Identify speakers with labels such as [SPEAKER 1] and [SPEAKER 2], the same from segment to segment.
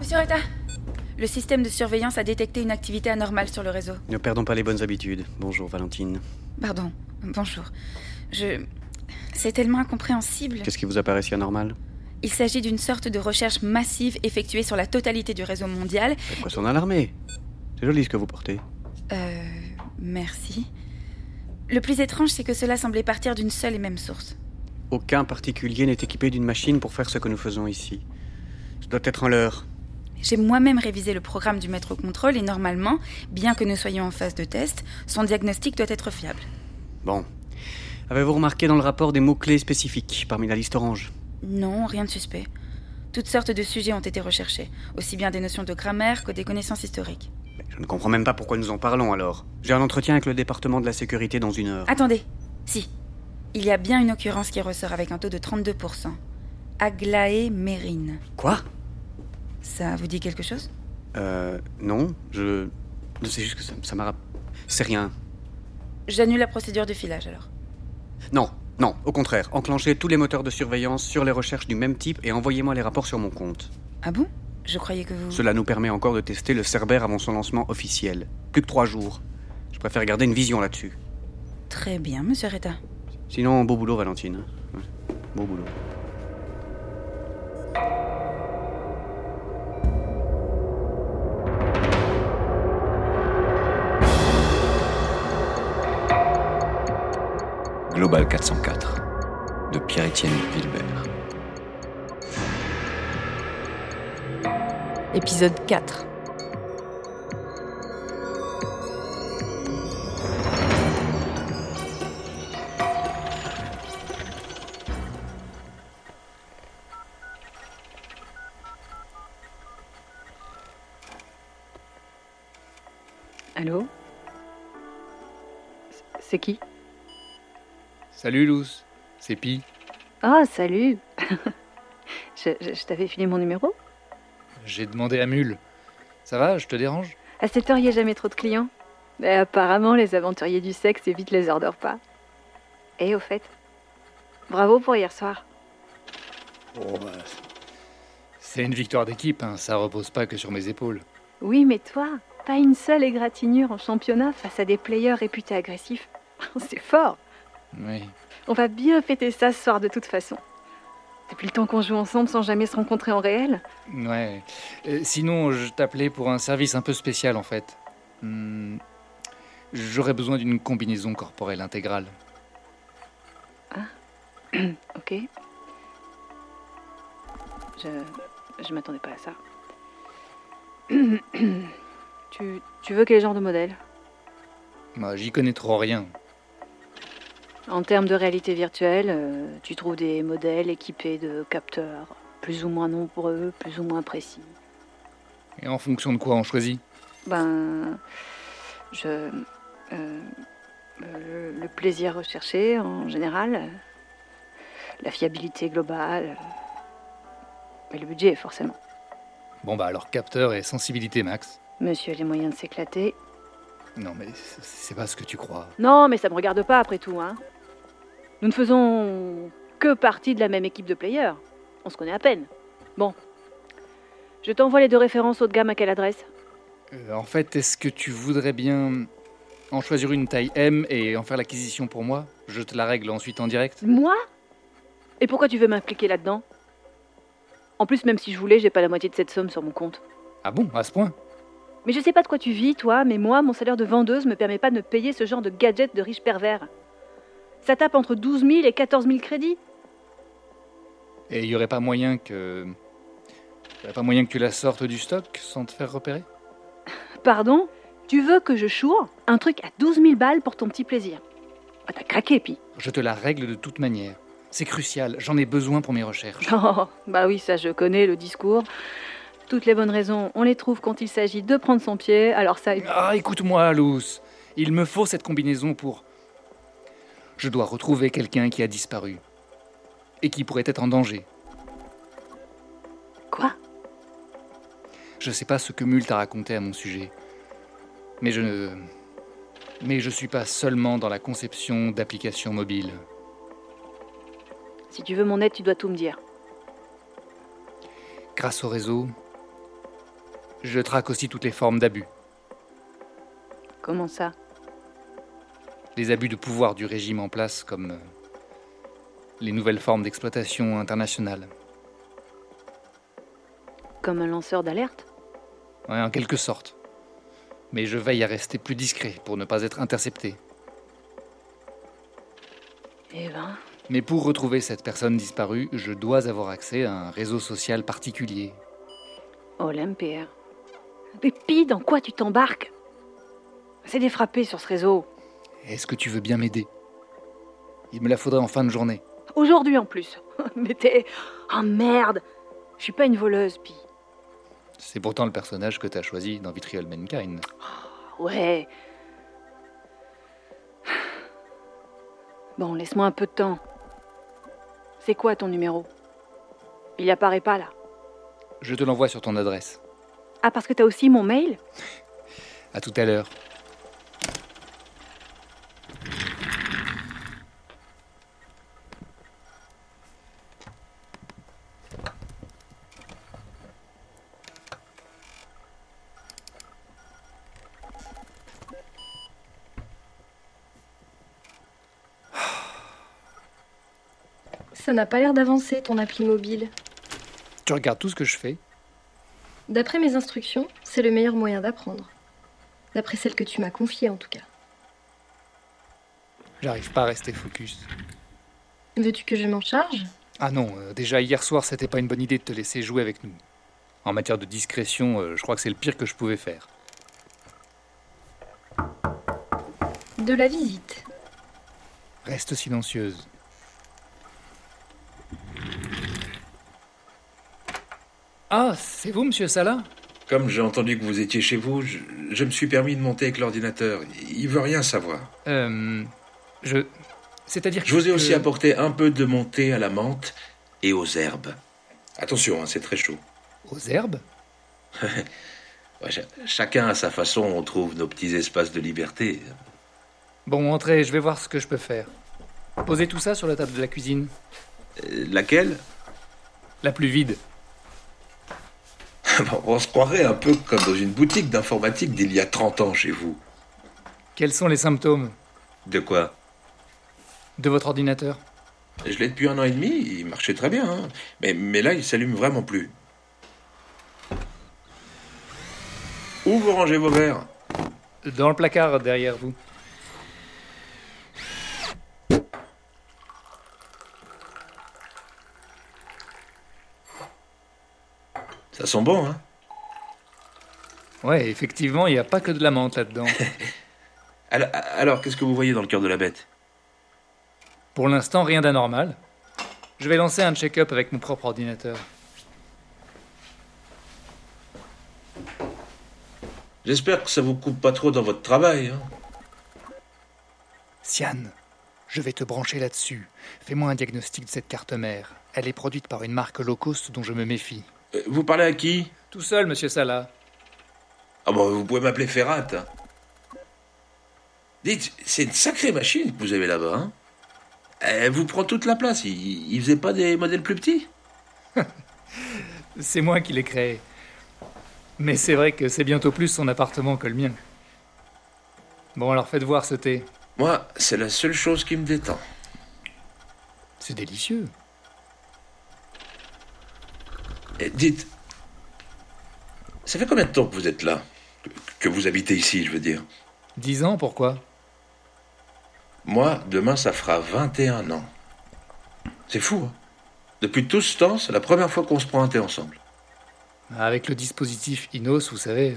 [SPEAKER 1] Monsieur Retta, le système de surveillance a détecté une activité anormale sur le réseau.
[SPEAKER 2] Ne perdons pas les bonnes habitudes. Bonjour Valentine.
[SPEAKER 1] Pardon, bonjour. Je. C'est tellement incompréhensible.
[SPEAKER 2] Qu'est-ce qui vous apparaît si anormal
[SPEAKER 1] Il s'agit d'une sorte de recherche massive effectuée sur la totalité du réseau mondial.
[SPEAKER 2] Pourquoi s'en alarmer C'est joli ce que vous portez.
[SPEAKER 1] Euh. Merci. Le plus étrange, c'est que cela semblait partir d'une seule et même source.
[SPEAKER 2] Aucun particulier n'est équipé d'une machine pour faire ce que nous faisons ici. Ce doit être en l'heure.
[SPEAKER 1] J'ai moi-même révisé le programme du maître au contrôle et normalement, bien que nous soyons en phase de test, son diagnostic doit être fiable.
[SPEAKER 2] Bon. Avez-vous remarqué dans le rapport des mots-clés spécifiques parmi la liste orange
[SPEAKER 1] Non, rien de suspect. Toutes sortes de sujets ont été recherchés, aussi bien des notions de grammaire que des connaissances historiques.
[SPEAKER 2] Je ne comprends même pas pourquoi nous en parlons alors. J'ai un entretien avec le département de la sécurité dans une heure.
[SPEAKER 1] Attendez, si. Il y a bien une occurrence qui ressort avec un taux de 32%. Aglaé Mérine.
[SPEAKER 2] Quoi
[SPEAKER 1] Ça vous dit quelque chose
[SPEAKER 2] Euh. Non, je. non, C'est juste que ça, ça m'a. rapp- C'est rien.
[SPEAKER 1] J'annule la procédure de filage alors.
[SPEAKER 2] Non, non, au contraire. Enclenchez tous les moteurs de surveillance sur les recherches du même type et envoyez-moi les rapports sur mon compte.
[SPEAKER 1] Ah bon Je croyais que vous...
[SPEAKER 2] Cela nous permet encore de tester le Cerber avant son lancement officiel. Plus que trois jours. Je préfère garder une vision là-dessus.
[SPEAKER 1] Très bien, monsieur Retta.
[SPEAKER 2] Sinon, beau boulot, Valentine. Ouais, Beau boulot.
[SPEAKER 3] Global 404 de Pierre-Étienne Wilbert.
[SPEAKER 4] Épisode 4.
[SPEAKER 5] Allô C- C'est qui
[SPEAKER 6] Salut Luz, c'est Pi.
[SPEAKER 5] Ah, salut Je, je- je t'avais filé mon numéro
[SPEAKER 6] J'ai demandé à Mule. Ça va, je te dérange
[SPEAKER 5] À cette heure, il n'y a jamais trop de clients. Mais apparemment, les aventuriers du sexe évitent les heures de repas. Et au fait, bravo pour hier soir.
[SPEAKER 6] Oh bah. C'est une victoire d'équipe, hein, ça repose pas que sur mes épaules.
[SPEAKER 5] Oui, mais toi, pas une seule égratignure en championnat face à des players réputés agressifs. C'est fort
[SPEAKER 6] Oui.
[SPEAKER 5] On va bien fêter ça ce soir de toute façon. Depuis le temps qu'on joue ensemble sans jamais se rencontrer en réel,
[SPEAKER 6] Ouais. Euh, sinon, je t'appelais pour un service un peu spécial en fait. Hmm, J'aurais besoin d'une combinaison corporelle intégrale.
[SPEAKER 5] Ok. Je. Je m'attendais pas à ça. tu, tu veux quel genre de modèle
[SPEAKER 6] Moi, j'y connais trop rien.
[SPEAKER 5] En termes de réalité virtuelle, euh, tu trouves des modèles équipés de capteurs, plus ou moins nombreux, plus ou moins précis.
[SPEAKER 6] Et en fonction de quoi on choisit
[SPEAKER 5] Ben. Je. euh, euh, le, le plaisir recherché en général, euh, la fiabilité globale, euh, et le budget forcément.
[SPEAKER 6] Bon bah alors capteur et sensibilité max.
[SPEAKER 5] Monsieur a les moyens de s'éclater,
[SPEAKER 6] Non mais c'est- c'est pas ce que tu crois.
[SPEAKER 5] Non, mais ça me regarde pas après tout, hein. Nous ne faisons que partie de la même équipe de players. On se connaît à peine. Bon. Je t'envoie les deux références haut de gamme à quelle adresse
[SPEAKER 6] Euh, en fait, est-ce que tu voudrais bien en choisir une taille M et en faire l'acquisition pour moi Je te la règle ensuite en direct
[SPEAKER 5] Moi Et pourquoi tu veux m'impliquer là-dedans En plus, même si je voulais, j'ai pas la moitié de cette somme sur mon compte.
[SPEAKER 6] Ah bon, à ce point
[SPEAKER 5] Mais je sais pas de quoi tu vis, toi, mais moi, mon salaire de vendeuse me permet pas de me payer ce genre de gadget de riche pervers. Ça tape entre 12 000 et 14 000 crédits.
[SPEAKER 6] Et il y aurait pas moyen que. Y aurait pas moyen que tu la sortes du stock sans te faire repérer
[SPEAKER 5] Pardon Tu veux que je choure un truc à 12 000 balles pour ton petit plaisir Ah, T'as craqué, Pi.
[SPEAKER 6] Je te la règle de toute manière. C'est crucial, j'en ai besoin pour mes recherches.
[SPEAKER 5] Oh, bah oui, ça je connais le discours. Toutes les bonnes raisons, on les trouve quand il s'agit de prendre son pied, alors ça...
[SPEAKER 6] Ah, écoute-moi, Luce. Il me faut cette combinaison pour. Je dois retrouver quelqu'un qui a disparu. Et qui pourrait être en danger.
[SPEAKER 5] Quoi
[SPEAKER 6] Je sais pas ce que Mul t'a raconté à mon sujet. Mais je ne. Mais je suis pas seulement dans la conception d'applications mobiles.
[SPEAKER 5] Si tu veux mon aide, tu dois tout me dire.
[SPEAKER 6] Grâce au réseau, Je traque aussi toutes les formes d'abus,
[SPEAKER 5] Comment ça
[SPEAKER 6] les abus de pouvoir du régime en place comme euh, les nouvelles formes d'exploitation internationale.
[SPEAKER 5] Comme un lanceur d'alerte
[SPEAKER 6] Ouais, hein, en quelque sorte. Mais je veille à rester plus discret pour ne pas être intercepté.
[SPEAKER 5] Eh ben,
[SPEAKER 6] Mais pour retrouver cette personne disparue, je dois avoir accès à un réseau social particulier.
[SPEAKER 5] Olympia. Mais pis, dans quoi tu t'embarques C'est des frappés sur ce réseau.
[SPEAKER 6] Est-ce que tu veux bien m'aider Il me la faudrait en fin de journée.
[SPEAKER 5] Aujourd'hui en plus. Mais t'es. Oh merde Je suis pas une voleuse, Pi.
[SPEAKER 6] C'est pourtant le personnage que t'as choisi dans Vitriol Mankind.
[SPEAKER 5] Ouais. Bon, laisse-moi un peu de temps. C'est quoi ton numéro Il apparaît pas là.
[SPEAKER 6] Je te l'envoie sur ton adresse.
[SPEAKER 5] Ah, parce que t'as aussi mon mail
[SPEAKER 6] À tout à l'heure.
[SPEAKER 4] Ça n'a pas l'air d'avancer, ton appli mobile.
[SPEAKER 6] Tu regardes tout ce que je fais
[SPEAKER 4] D'après mes instructions, c'est le meilleur moyen d'apprendre. D'après celle que tu m'as confiée, en tout cas.
[SPEAKER 6] J'arrive pas à rester focus.
[SPEAKER 4] Veux-tu que je m'en charge
[SPEAKER 6] Ah non, euh, déjà hier soir, c'était pas une bonne idée de te laisser jouer avec nous. En matière de discrétion, euh, je crois que c'est le pire que je pouvais faire.
[SPEAKER 4] De la visite.
[SPEAKER 6] Reste silencieuse. Ah, c'est vous, monsieur Salah
[SPEAKER 7] Comme j'ai entendu que vous étiez chez vous, je, je me suis permis de monter avec l'ordinateur. Il veut rien savoir.
[SPEAKER 6] Euh. Je. C'est-à-dire que.
[SPEAKER 7] Je vous ai aussi
[SPEAKER 6] que-
[SPEAKER 7] apporté un peu de montée à la menthe et aux herbes. Attention, hein, c'est très chaud.
[SPEAKER 6] Aux herbes
[SPEAKER 7] Ouais, cha- chacun à sa façon, on trouve nos petits espaces de liberté.
[SPEAKER 6] Bon, entrez, je vais voir ce que je peux faire. Posez tout ça sur la table de la cuisine,
[SPEAKER 7] Euh, laquelle
[SPEAKER 6] la plus vide.
[SPEAKER 7] Bon, On se croirait un peu comme dans une boutique d'informatique d'il y a 30 ans chez vous.
[SPEAKER 6] Quels sont les symptômes
[SPEAKER 7] De quoi
[SPEAKER 6] de votre ordinateur
[SPEAKER 7] Je l'ai depuis un an et demi, il marchait très bien. hein. Mais, mais là, il s'allume vraiment plus. Où vous rangez vos verres
[SPEAKER 6] Dans le placard derrière vous.
[SPEAKER 7] Ça sent bon, hein
[SPEAKER 6] Ouais, effectivement, il n'y a pas que de la menthe là-dedans.
[SPEAKER 7] Alors, alors, qu'est-ce que vous voyez dans le cœur de la bête
[SPEAKER 6] Pour l'instant, rien d'anormal. Je vais lancer un check-up avec mon propre ordinateur.
[SPEAKER 7] J'espère que ça vous coupe pas trop dans votre travail. hein.
[SPEAKER 6] Sian, je vais te brancher là-dessus. Fais-moi un diagnostic de cette carte mère. Elle est produite par une marque low cost dont je me méfie.
[SPEAKER 7] Euh, Vous parlez à qui
[SPEAKER 6] Tout seul, monsieur Salah.
[SPEAKER 7] Ah bon, vous pouvez m'appeler Ferrat. hein. Dites, c'est une sacrée machine que vous avez là-bas. hein. Elle vous prend toute la place. Il, il faisait pas des modèles plus petits
[SPEAKER 6] C'est moi qui l'ai créé. Mais c'est vrai que c'est bientôt plus son appartement que le mien. Bon, alors faites voir ce thé.
[SPEAKER 7] Moi, c'est la seule chose qui me détend.
[SPEAKER 6] C'est délicieux.
[SPEAKER 7] Et dites, ça fait combien de temps que vous êtes là Que- Que vous habitez ici, je veux dire.
[SPEAKER 6] Dix ans, pourquoi
[SPEAKER 7] Moi, demain, ça fera 21 ans. C'est fou, hein Depuis tout ce temps, c'est la première fois qu'on se prend un thé ensemble.
[SPEAKER 6] Avec le dispositif Inos, vous savez.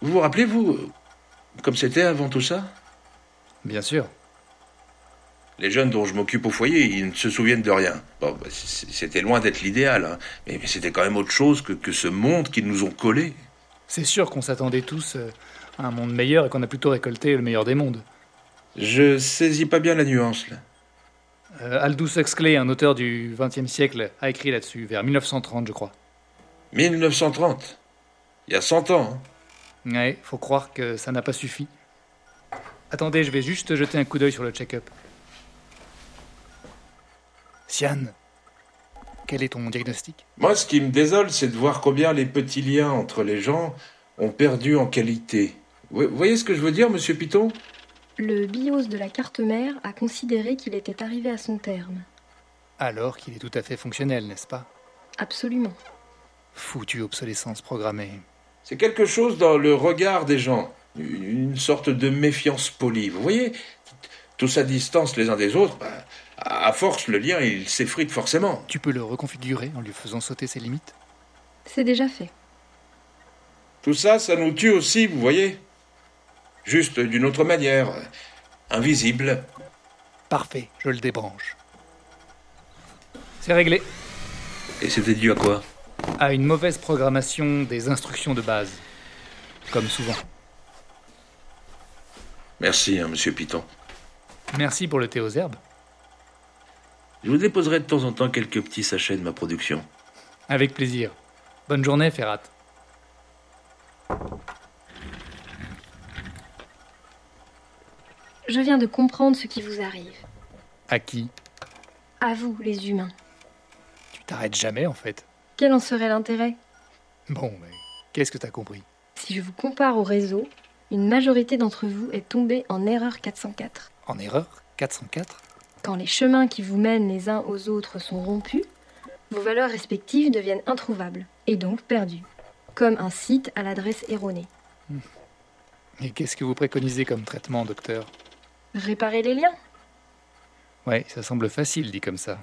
[SPEAKER 7] Vous vous rappelez, vous, euh, comme c'était avant tout ça
[SPEAKER 6] Bien sûr.
[SPEAKER 7] Les jeunes dont je m'occupe au foyer, ils ne se souviennent de rien. Bon, bah, c- c'était loin d'être l'idéal, hein, mais, mais c'était quand même autre chose que, que ce monde qu'ils nous ont collé.
[SPEAKER 6] C'est sûr qu'on s'attendait tous euh, à un monde meilleur et qu'on a plutôt récolté le meilleur des mondes.
[SPEAKER 7] Je saisis pas bien la nuance, là.
[SPEAKER 6] Euh, Aldous Huxley, un auteur du XXe siècle, a écrit là-dessus, vers 1930, je crois.
[SPEAKER 7] 1930. Il y a 100 ans. hein.
[SPEAKER 6] Ouais, faut croire que ça n'a pas suffi. Attendez, je vais juste jeter un coup d'œil sur le check-up. Sian, Quel est ton diagnostic
[SPEAKER 7] Moi, ce qui me désole, c'est de voir combien les petits liens entre les gens ont perdu en qualité. Vous voyez ce que je veux dire, monsieur Piton
[SPEAKER 4] Le BIOS de la carte mère a considéré qu'il était arrivé à son terme.
[SPEAKER 6] Alors qu'il est tout à fait fonctionnel, n'est-ce pas
[SPEAKER 4] Absolument.
[SPEAKER 6] Foutue obsolescence programmée.
[SPEAKER 7] C'est quelque chose dans le regard des gens, une sorte de méfiance polie. Vous voyez, tous à distance les uns des autres, bah, à force, le lien, il s'effrite forcément.
[SPEAKER 6] Tu peux le reconfigurer en lui faisant sauter ses limites
[SPEAKER 4] C'est déjà fait.
[SPEAKER 7] Tout ça, ça nous tue aussi, vous voyez Juste d'une autre manière, invisible.
[SPEAKER 6] Parfait, je le débranche. C'est réglé.
[SPEAKER 3] Et c'était dû à quoi
[SPEAKER 6] À une mauvaise programmation des instructions de base. Comme souvent.
[SPEAKER 7] Merci, hein, monsieur Piton.
[SPEAKER 6] Merci pour le thé aux herbes.
[SPEAKER 3] Je vous déposerai de temps en temps quelques petits sachets de ma production.
[SPEAKER 6] Avec plaisir. Bonne journée, Ferrat.
[SPEAKER 4] Je viens de comprendre ce qui vous arrive.
[SPEAKER 6] À qui
[SPEAKER 4] À vous, les humains.
[SPEAKER 6] Tu t'arrêtes jamais, en fait.
[SPEAKER 4] Quel en serait l'intérêt
[SPEAKER 6] Bon, mais qu'est-ce que t'as compris
[SPEAKER 4] Si je vous compare au réseau, une majorité d'entre vous est tombée en erreur 404.
[SPEAKER 6] En erreur 404
[SPEAKER 4] Quand les chemins qui vous mènent les uns aux autres sont rompus, vos valeurs respectives deviennent introuvables et donc perdues, comme un site à l'adresse erronée.
[SPEAKER 6] Et qu'est-ce que vous préconisez comme traitement, docteur
[SPEAKER 4] Réparer les liens
[SPEAKER 6] Ouais, ça semble facile dit comme ça.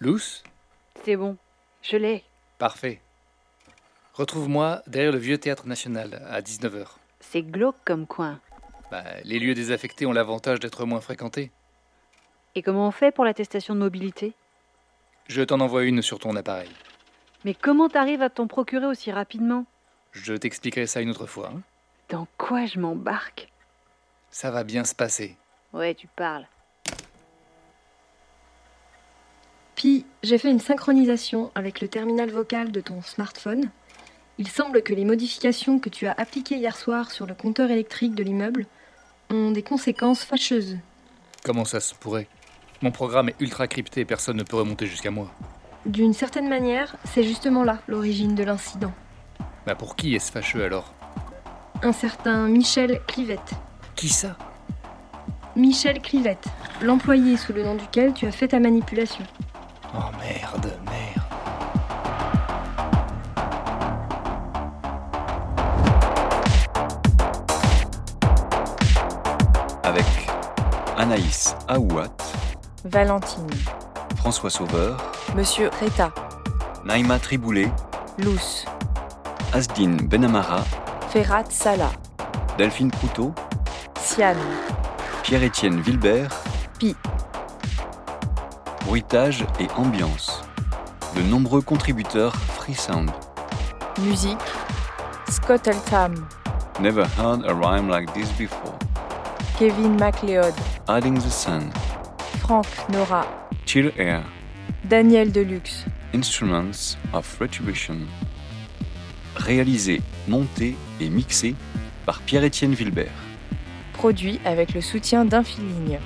[SPEAKER 6] Luce
[SPEAKER 5] C'est bon, je l'ai.
[SPEAKER 6] Parfait. Retrouve-moi derrière le vieux théâtre national à 19h.
[SPEAKER 5] C'est glauque comme coin.
[SPEAKER 6] Bah, les lieux désaffectés ont l'avantage d'être moins fréquentés.
[SPEAKER 5] Et comment on fait pour l'attestation de mobilité
[SPEAKER 6] Je t'en envoie une sur ton appareil.
[SPEAKER 5] Mais comment t'arrives à t'en procurer aussi rapidement
[SPEAKER 6] Je t'expliquerai ça une autre fois. hein.
[SPEAKER 5] Dans quoi je m'embarque
[SPEAKER 6] Ça va bien se passer.
[SPEAKER 5] Ouais, tu parles.
[SPEAKER 4] Puis, j'ai fait une synchronisation avec le terminal vocal de ton smartphone. Il semble que les modifications que tu as appliquées hier soir sur le compteur électrique de l'immeuble ont des conséquences fâcheuses.
[SPEAKER 6] Comment ça se pourrait Mon programme est ultra crypté, personne ne peut remonter jusqu'à moi.
[SPEAKER 4] D'une certaine manière, c'est justement là l'origine de l'incident.
[SPEAKER 6] Bah pour qui est-ce fâcheux alors
[SPEAKER 4] Un certain Michel Clivette.
[SPEAKER 6] Qui ça
[SPEAKER 4] Michel Clivette, l'employé sous le nom duquel tu as fait ta manipulation.
[SPEAKER 6] Oh merde, merde.
[SPEAKER 3] Avec Anaïs Aouat,
[SPEAKER 8] Valentine,
[SPEAKER 3] François Sauveur,
[SPEAKER 8] Monsieur Reta,
[SPEAKER 3] Naïma Triboulet,
[SPEAKER 8] Luce,
[SPEAKER 3] Asdine Benamara,
[SPEAKER 8] Ferrat Sala,
[SPEAKER 3] Delphine Proutot,
[SPEAKER 8] Sian,
[SPEAKER 3] Pierre-Étienne Vilbert,
[SPEAKER 8] Pi.
[SPEAKER 3] Bruitage et ambiance. De nombreux contributeurs Free Sound.
[SPEAKER 8] Musique, Scott Eltham,
[SPEAKER 3] Never heard a rhyme like this before.
[SPEAKER 8] Kevin MacLeod,
[SPEAKER 3] Adding the sun.
[SPEAKER 8] Franck Nora,
[SPEAKER 3] Chill air.
[SPEAKER 8] Daniel Deluxe,
[SPEAKER 3] Instruments of Retribution. Réalisé, monté et mixé par Pierre-Étienne Vilbert.
[SPEAKER 8] produit avec le soutien d'Infiligne.